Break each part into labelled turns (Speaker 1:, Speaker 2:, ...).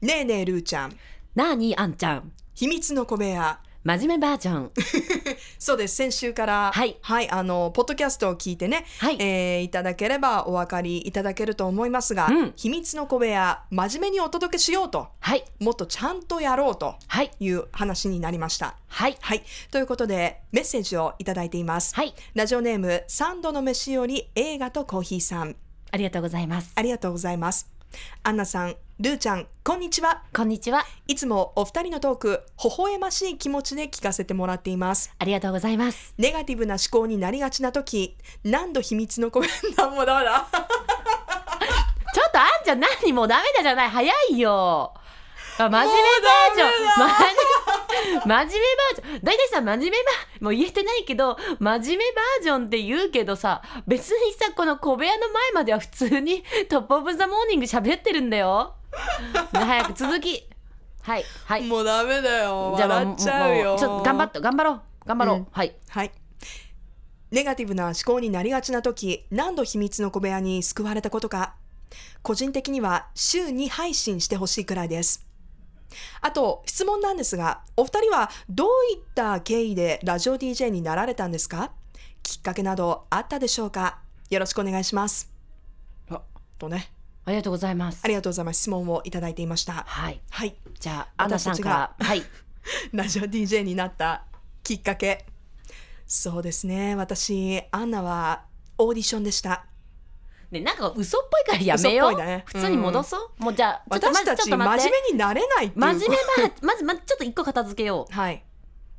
Speaker 1: ねえねえルーちゃん
Speaker 2: なあにあんちゃん
Speaker 1: 秘密の小部屋
Speaker 2: 真面目バージョン
Speaker 1: そうです先週から、
Speaker 2: はい
Speaker 1: あのポッドキャストを聞いてね、
Speaker 2: はい
Speaker 1: えーいただければお分かりいただけると思いますが、
Speaker 2: うん
Speaker 1: 秘密の小部屋真面目にお届けしようと
Speaker 2: はい
Speaker 1: もっとちゃんとやろうと
Speaker 2: はい
Speaker 1: いう話になりました。
Speaker 2: はい
Speaker 1: はいということでメッセージをいただいています。
Speaker 2: はい
Speaker 1: ラジオネーム三度の飯より映画とコーヒーさん
Speaker 2: ありがとうございます
Speaker 1: ありがとうございます。アンナさん、ルーちゃん、こんにちは。
Speaker 2: こんにちはい
Speaker 1: つもお二人のトーク、微笑ましい気持ちで聞かせてもらっています。
Speaker 2: ありがとうございます
Speaker 1: ネガティブな思考になりがちな時何度秘密の声なんもダメだ
Speaker 2: ちょっとあんちゃん何もうダメだじゃない早いよあ真面目バージョン真面真面目バージョン大体さ真面目バもう言えてないけど真面目バージョンって言うけどさ別にさこの小部屋の前までは普通にトップオブザモーニング喋ってるんだよね早く続きはいはい
Speaker 1: もうダメだよ
Speaker 2: じゃあ
Speaker 1: 笑っちゃう
Speaker 2: も
Speaker 1: よ
Speaker 2: もちょっと頑張って頑張ろう頑張ろう、
Speaker 1: うん
Speaker 2: はい
Speaker 1: はいネガティブな思考になりがちな時何度秘密の小部屋に救われたことか個人的には週に配信してほしいくらいですあと質問なんですがお二人はどういった経緯でラジオ DJ になられたんですかきっかけなどあったでしょうかよろしくお願いします
Speaker 2: あ
Speaker 1: とね
Speaker 2: ありがとうございます
Speaker 1: ありがとうございます質問をいただいていました
Speaker 2: はい
Speaker 1: はい、
Speaker 2: じゃあアンナ
Speaker 1: 私
Speaker 2: さ
Speaker 1: た
Speaker 2: ん
Speaker 1: ち
Speaker 2: か
Speaker 1: が
Speaker 2: らはい
Speaker 1: ラジオ DJ になったきっかけ。そうですね、私、アンナはオーディションでした。
Speaker 2: ねなんか嘘っぽいからやめよ
Speaker 1: 嘘っ
Speaker 2: う、
Speaker 1: ぽいね
Speaker 2: 普通に戻そう、もうじゃあちょっと
Speaker 1: 私
Speaker 2: ま
Speaker 1: た
Speaker 2: ず
Speaker 1: ち
Speaker 2: ちょ
Speaker 1: 真
Speaker 2: っと待
Speaker 1: 面
Speaker 2: って
Speaker 1: 目になれないっていう。
Speaker 2: 真面目はまずまずちょっと一個片付けよう
Speaker 1: はい。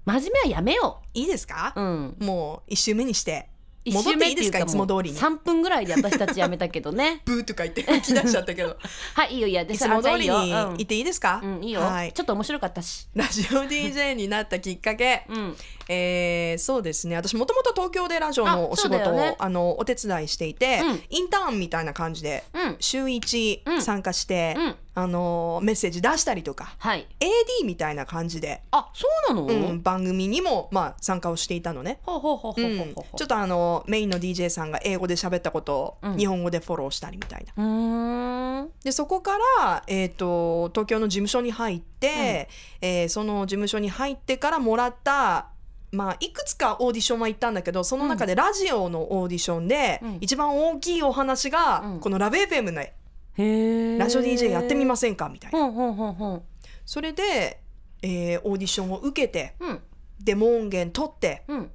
Speaker 2: 真面目はやめよ
Speaker 1: いいですか
Speaker 2: う、うん
Speaker 1: もう一周目にして、
Speaker 2: 一周目ってい
Speaker 1: 戻っていいです
Speaker 2: うか
Speaker 1: かいつも通りに
Speaker 2: 3分ぐらいで私たちやめたけどね
Speaker 1: ブーとか言って 吹き出しちゃったけど、
Speaker 2: はいいいよいいよで
Speaker 1: いつも通りに
Speaker 2: あじゃあ
Speaker 1: 行っていいですか、
Speaker 2: いいようん、うん、いいよ、
Speaker 1: はい
Speaker 2: ち。ょっと面白かったし
Speaker 1: ラジオ DJ になったきっかけ。
Speaker 2: うん
Speaker 1: えー、そうですね私もともと東京でラジオ
Speaker 2: あ
Speaker 1: のお仕
Speaker 2: そうだ
Speaker 1: 事
Speaker 2: よ
Speaker 1: をあ、
Speaker 2: ね
Speaker 1: のお手伝いしていて、
Speaker 2: うん
Speaker 1: インターンみたいな感じで
Speaker 2: うん
Speaker 1: 週
Speaker 2: う
Speaker 1: 1
Speaker 2: ん
Speaker 1: 参加して、
Speaker 2: うん
Speaker 1: あのメッセージ出したりとか
Speaker 2: はい
Speaker 1: AD みたいな感じで、
Speaker 2: あそうなの、
Speaker 1: うん番組にも、まあ、参加をしていたのね。
Speaker 2: ほうほうほうほう
Speaker 1: う
Speaker 2: ほうんほう、
Speaker 1: ちょっとあのメインの DJ さんが英語で喋ったこと
Speaker 2: う
Speaker 1: を
Speaker 2: ん
Speaker 1: 日本語でフォローしたりみたいな、
Speaker 2: うーん
Speaker 1: でそこから、えー、と東京の事務所に入って、えーその事務所に入ってからもらった、まあ、いくつかオーディションは行ったんだけどその中でラジオのオーディションで、
Speaker 2: うん
Speaker 1: 一番大きいお話が、
Speaker 2: うん
Speaker 1: このラベーフェムの
Speaker 2: へえ
Speaker 1: ラジオ DJ やってみますせんかみたいな
Speaker 2: ほうほうほうほう
Speaker 1: それで、えーオーディションを受けて
Speaker 2: うん
Speaker 1: デモ音源取って
Speaker 2: うん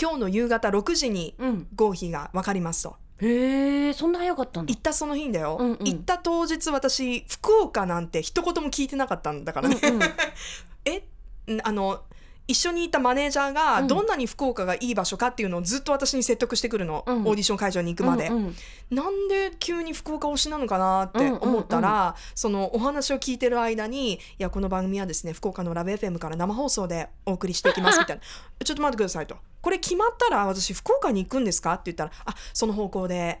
Speaker 1: 今日の夕方6時に
Speaker 2: うん
Speaker 1: 合否が分かりますと
Speaker 2: へえそんな早かったんだ
Speaker 1: 行ったその日にだよ、
Speaker 2: うんうん
Speaker 1: 行った当日私福岡なんて一言も聞いてなかったんだからね、
Speaker 2: うんうん
Speaker 1: えんあの一緒にいたマネージャーが
Speaker 2: うん
Speaker 1: どんなに福岡がいい場所かっていうのをずっと私に説得してくるの、
Speaker 2: うん
Speaker 1: オーディション会場に行くまで、
Speaker 2: うんうん
Speaker 1: なんで急に福岡推しなのかなって思ったら、
Speaker 2: うん
Speaker 1: そのお話を聞いてる間に「いやこの番組はですね福岡のラブ FM から生放送でお送りしていきます」 みたいな「ちょっと待ってください」と「これ決まったら私福岡に行くんですか?」って言ったら「あその方向で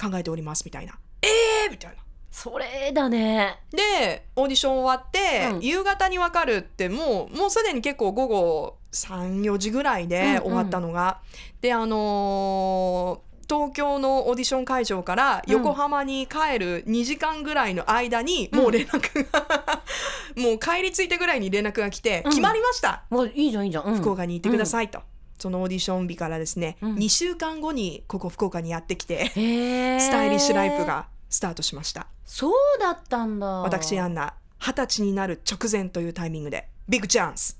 Speaker 1: 考えております」みたいな「えー!」みたいな。
Speaker 2: それだね
Speaker 1: でオーディション終わって、
Speaker 2: うん
Speaker 1: 夕方に分かるってもうもうすでに結構午後34時ぐらい
Speaker 2: うんう
Speaker 1: で
Speaker 2: ん
Speaker 1: 終わったのが、であのー東京のオーディション会場から横浜に帰る2時間ぐらいの間に、
Speaker 2: うん
Speaker 1: もう連絡が もう帰り着いてぐらいに連絡が来て、
Speaker 2: うん
Speaker 1: 決まりました
Speaker 2: もういいじゃんいいじゃん、うん、
Speaker 1: 福岡に行ってくださいと、そのオーディション日からですね、
Speaker 2: うん
Speaker 1: 2週間後にここ福岡にやってきて、
Speaker 2: へえ
Speaker 1: スタイリッシュライフがスタートしました。
Speaker 2: そうだったんだ
Speaker 1: 私ア
Speaker 2: ん
Speaker 1: ンナ二十歳になる直前というタイミングでビッグチャンス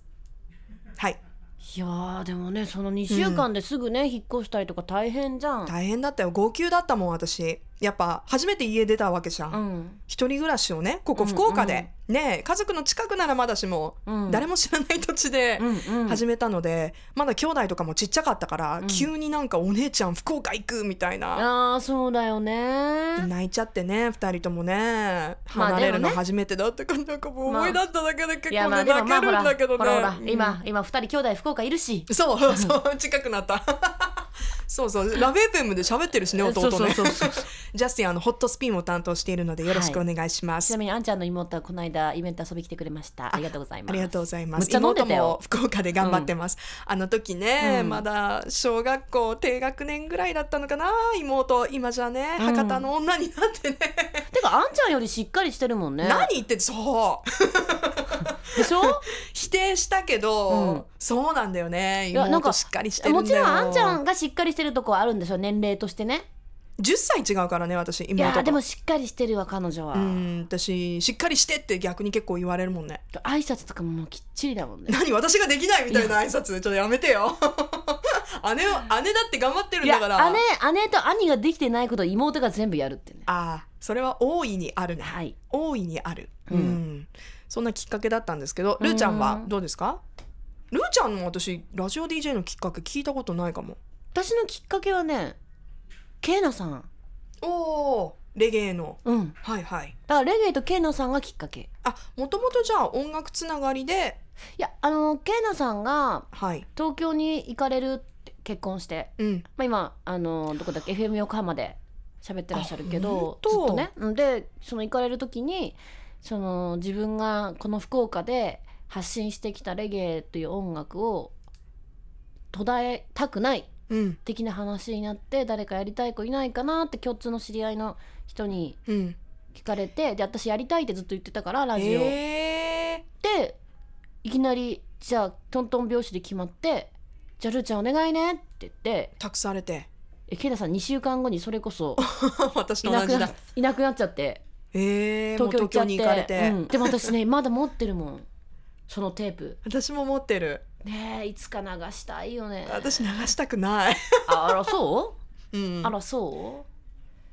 Speaker 1: はい
Speaker 2: いやーでもねその2週間ですぐね、引っ越したりとか大変じゃん
Speaker 1: 大変だったよ号泣だったもん私やっぱ初めて家出たわけじゃん、
Speaker 2: うん
Speaker 1: 一人暮らしをねここ福岡で、ね家族の近くならまだしも、
Speaker 2: うん
Speaker 1: 誰も知らない土地で
Speaker 2: うんうん
Speaker 1: 始めたので、まだ兄弟とかもちっちゃかったから、
Speaker 2: うん
Speaker 1: 急になんかお姉ちゃん福岡行くみたいな、
Speaker 2: あーそうだよね
Speaker 1: 泣いちゃってね二人ともね
Speaker 2: まあ
Speaker 1: 離れる
Speaker 2: でも
Speaker 1: の
Speaker 2: ね
Speaker 1: 初めてだったからなんかもう
Speaker 2: まあ
Speaker 1: 思い出しただけで結
Speaker 2: いや
Speaker 1: 構
Speaker 2: ま
Speaker 1: ね
Speaker 2: あでも
Speaker 1: 泣
Speaker 2: まあ
Speaker 1: け
Speaker 2: ほ
Speaker 1: る
Speaker 2: ら
Speaker 1: んだけど
Speaker 2: ほ
Speaker 1: ね
Speaker 2: らほら
Speaker 1: うん
Speaker 2: 今今2人兄弟福岡いるし
Speaker 1: そうそう近くなった そうそうラベーペムで喋ってるしね弟
Speaker 2: そう
Speaker 1: ね
Speaker 2: そうそうそう
Speaker 1: ジャスティンあのホットスピンを担当しているのでよろしくお願いしま
Speaker 2: ち
Speaker 1: す、
Speaker 2: なみにあんちゃんの妹はこの間イベント遊び来てくれましたありがとうございます
Speaker 1: ありがとうございま
Speaker 2: むっ
Speaker 1: す
Speaker 2: ちゃ飲んで
Speaker 1: 妹
Speaker 2: たよ
Speaker 1: も福岡で頑張ってます、あの時ね、
Speaker 2: うん
Speaker 1: まだ小学校低学年ぐらいだったのかな妹今じゃね
Speaker 2: うん
Speaker 1: 博多の女にな ってね、
Speaker 2: てかあんちゃんよりしっかりしてるもんね
Speaker 1: 何言ってそう
Speaker 2: でしょ
Speaker 1: 否定したけど、
Speaker 2: うん
Speaker 1: そうなんだよね
Speaker 2: いやなん
Speaker 1: 妹
Speaker 2: か
Speaker 1: しっかりしてるんだよ
Speaker 2: もちろんあんちゃんがしっかりしてるとこはあるんでしょ年齢としてね
Speaker 1: 10歳違うからね私
Speaker 2: い
Speaker 1: 妹
Speaker 2: や
Speaker 1: と
Speaker 2: ーでもしっかりしてるわ彼女は、
Speaker 1: うん私しっかりしてって逆に結構言われるもんね
Speaker 2: 挨拶とかももうきっちりだもんね
Speaker 1: 何私ができないみたいな挨拶ちょっとやめてよ 姉を姉だって頑張ってる
Speaker 2: い
Speaker 1: ん
Speaker 2: や
Speaker 1: だから
Speaker 2: 姉姉と兄ができてないことを妹が全部やるってね
Speaker 1: ああそれは大いにあるね
Speaker 2: はい
Speaker 1: 大いにある、う
Speaker 2: うんん
Speaker 1: そんなきっかけだったんですけどルーちゃんはどうですかルーちゃんも私ラジオ DJ のきっかけ聞いたことないかも
Speaker 2: 私のきっかけはねケイナさん
Speaker 1: おおレゲエの
Speaker 2: うん
Speaker 1: はいはい
Speaker 2: だからレゲエとケイナさんがきっかけい
Speaker 1: あもともとじゃあ音楽つながりで
Speaker 2: やあのケイナさんが
Speaker 1: はい
Speaker 2: 東京に行かれるって結婚して、
Speaker 1: うん
Speaker 2: まあ、今あのどこだっけ FM 横浜で喋ってらっしゃるけど
Speaker 1: あ
Speaker 2: ず
Speaker 1: 本
Speaker 2: っ
Speaker 1: 当
Speaker 2: とねうんでその行かれる時にその自分がこの福岡で発信してきたレゲエという音楽を途絶えたくない
Speaker 1: うん
Speaker 2: 的な話になって誰かやりたい子いないかなって共通の知り合いの人に
Speaker 1: うん
Speaker 2: 聞かれてで私やりたいってずっと言ってたからラジオ、
Speaker 1: え
Speaker 2: でいきなりじゃあトントン拍子で決まって「じゃあルーちゃんお願いね」って言って
Speaker 1: ー、託されて
Speaker 2: えケイダさん2週間後にそれこそ
Speaker 1: 私
Speaker 2: い
Speaker 1: と
Speaker 2: な
Speaker 1: 同
Speaker 2: く
Speaker 1: じ
Speaker 2: な
Speaker 1: だ
Speaker 2: いなくなっちゃって
Speaker 1: えー、もう
Speaker 2: 東京行っ
Speaker 1: 東
Speaker 2: ちゃ
Speaker 1: 京
Speaker 2: って
Speaker 1: に行かれて、
Speaker 2: うんでも私ねまだ持ってるもんそのテープ
Speaker 1: 私も持ってる
Speaker 2: ねえいつか流したいよね
Speaker 1: 私流したく ない、、
Speaker 2: ああらそううんあらそう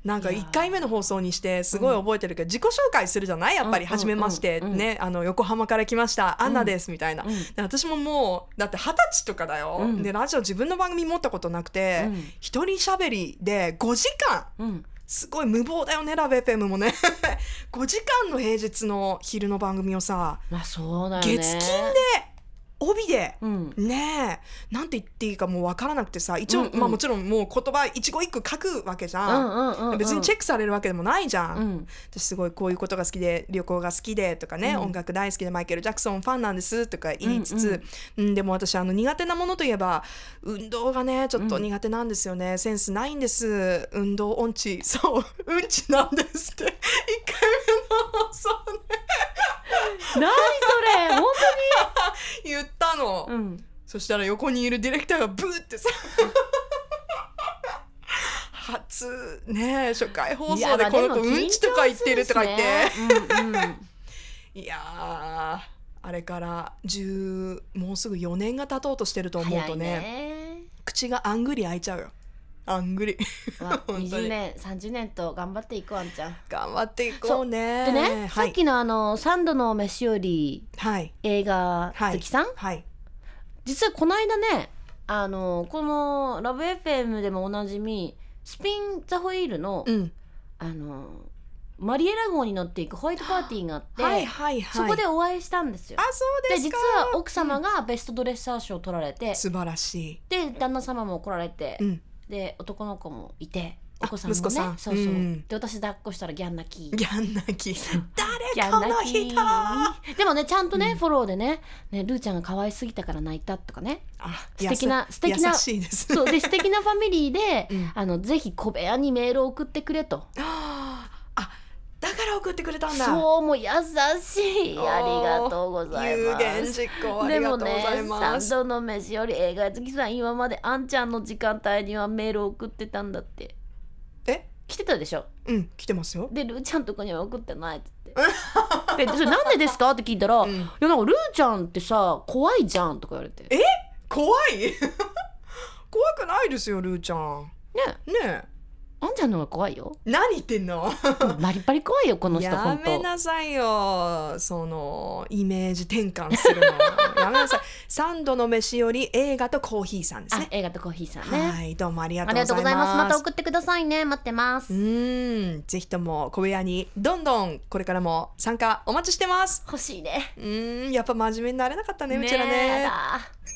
Speaker 1: なんか
Speaker 2: いや
Speaker 1: 1回目の放送にしてすごい覚えてるけど自己紹介するじゃないやっぱり
Speaker 2: うんうんうん
Speaker 1: 初めまして
Speaker 2: うん
Speaker 1: ねあの横浜から来ましたアンナですみたいな
Speaker 2: うん
Speaker 1: で私ももうだって二十歳とかだよ
Speaker 2: うん
Speaker 1: でラジオ自分の番組持ったことなくて
Speaker 2: うん
Speaker 1: 一人しゃべりで5時間
Speaker 2: うん
Speaker 1: すごい無謀だよねラベペムもね 5時間の平日の昼の番組をさ
Speaker 2: まあそうだよね
Speaker 1: 月金で帯で
Speaker 2: うん
Speaker 1: ねえなんて言っていいかもう分からなくてさ一応、
Speaker 2: うんうん
Speaker 1: まあ、もちろんもう言葉一語一句書くわけじ
Speaker 2: う
Speaker 1: ゃん。
Speaker 2: んうんうんうん
Speaker 1: 別にチェックされるわけでもないじゃん、
Speaker 2: うん
Speaker 1: 私すごいこういうことが好きで旅行が好きでとかね、
Speaker 2: うん
Speaker 1: 音楽大好きでマイケル・ジャクソンファンなんですとか言いつつ、
Speaker 2: う
Speaker 1: うんでも私あの苦手なものといえば運動がねちょっと苦手なんですよね、センスないんです運動音痴そううんちなんですって1回目の放送で
Speaker 2: 何それ本
Speaker 1: 言ったの、
Speaker 2: 当にうん
Speaker 1: そしたら横にいるディレクターがブーってさ初ね初回放
Speaker 2: いや
Speaker 1: 送で
Speaker 2: まあ
Speaker 1: この
Speaker 2: も
Speaker 1: 子うんちとか言ってるとか言って。
Speaker 2: 緊張するしね
Speaker 1: いやーあれから10もうすぐ4年が経とうとしてると
Speaker 2: うんうん
Speaker 1: 思う
Speaker 2: 早
Speaker 1: と
Speaker 2: い
Speaker 1: ね
Speaker 2: ね
Speaker 1: 口があんぐり開いちゃうよあんぐり
Speaker 2: まあ、
Speaker 1: 本当に
Speaker 2: 20年30年と頑張っていこうあんちゃん。
Speaker 1: 頑張っていこうね
Speaker 2: でね、
Speaker 1: は
Speaker 2: さっ
Speaker 1: い
Speaker 2: きのあの「三度の飯より
Speaker 1: はい」
Speaker 2: 映画
Speaker 1: はい
Speaker 2: 好きさん、
Speaker 1: はい
Speaker 2: 実はこの間ねあのこの「ラブ f m でもおなじみスピン・ザ・ホイールの,、
Speaker 1: うん
Speaker 2: あのマリエラ号に乗っていくホワイトパーティーがあって、
Speaker 1: はいはいはい
Speaker 2: そこでお会いしたんですよ
Speaker 1: あ。そうで
Speaker 2: で
Speaker 1: す
Speaker 2: 実
Speaker 1: か
Speaker 2: は奥様がベストドレッサー賞を取られて、
Speaker 1: 素晴らし
Speaker 2: で旦那様も来られて
Speaker 1: い、うん
Speaker 2: で男の子もいて
Speaker 1: あ
Speaker 2: お子さんもね
Speaker 1: 息子さん
Speaker 2: そうそう、
Speaker 1: うん
Speaker 2: で私抱っこしたらギャン泣き
Speaker 1: ギャン泣き誰
Speaker 2: や
Speaker 1: こ
Speaker 2: んな
Speaker 1: の
Speaker 2: き
Speaker 1: 人あ
Speaker 2: でもねちゃんとね、
Speaker 1: うん
Speaker 2: フォローでねねルーちゃんが可愛すぎたから泣いたとかね素敵な
Speaker 1: やさ
Speaker 2: 素敵な
Speaker 1: 優しい です
Speaker 2: そうで素敵なファミリーで、
Speaker 1: うん
Speaker 2: あのぜひ小部屋にメールを送ってくれと
Speaker 1: あーあだから送ってくれたんだ
Speaker 2: そうもう優しい
Speaker 1: おー
Speaker 2: ありがとうござい
Speaker 1: 有
Speaker 2: ま
Speaker 1: 言
Speaker 2: す
Speaker 1: 実行あ
Speaker 2: で
Speaker 1: りがと
Speaker 2: も
Speaker 1: うござい
Speaker 2: ね
Speaker 1: ま
Speaker 2: 三
Speaker 1: す
Speaker 2: 度の飯より映画好きさん今まであんちゃんの時間帯にはメールを送ってたんだって
Speaker 1: え
Speaker 2: 来てたでしょ
Speaker 1: うん来てますよ
Speaker 2: でルーちゃんとこには送ってないっつ ってでそれなんでですかって聞いたら、いやなんかルーちゃんってさ怖いじゃんとか言われてね
Speaker 1: 怖い 怖くないですよルーちゃんねえ
Speaker 2: あんちゃんの方が怖いよ
Speaker 1: 何言ってんの
Speaker 2: バリバリ怖いよこの人
Speaker 1: や
Speaker 2: 本当
Speaker 1: めなさいよそのイメージ転換するの やめなさい三度の飯より映画とコーヒーさんです
Speaker 2: あ
Speaker 1: ね
Speaker 2: 映画とコーヒーさんね
Speaker 1: はいどうもありが
Speaker 2: あ
Speaker 1: とう
Speaker 2: り
Speaker 1: ご
Speaker 2: がとう
Speaker 1: ざ
Speaker 2: ご
Speaker 1: い
Speaker 2: ざいますま
Speaker 1: ま
Speaker 2: た
Speaker 1: す
Speaker 2: 送ってくださいね待ってます
Speaker 1: うーんぜひとも小部屋にどんどんこれからも参加お待ちしてます
Speaker 2: 欲しいね
Speaker 1: うーんやっぱ真面目になれなかったねうちらね
Speaker 2: やだ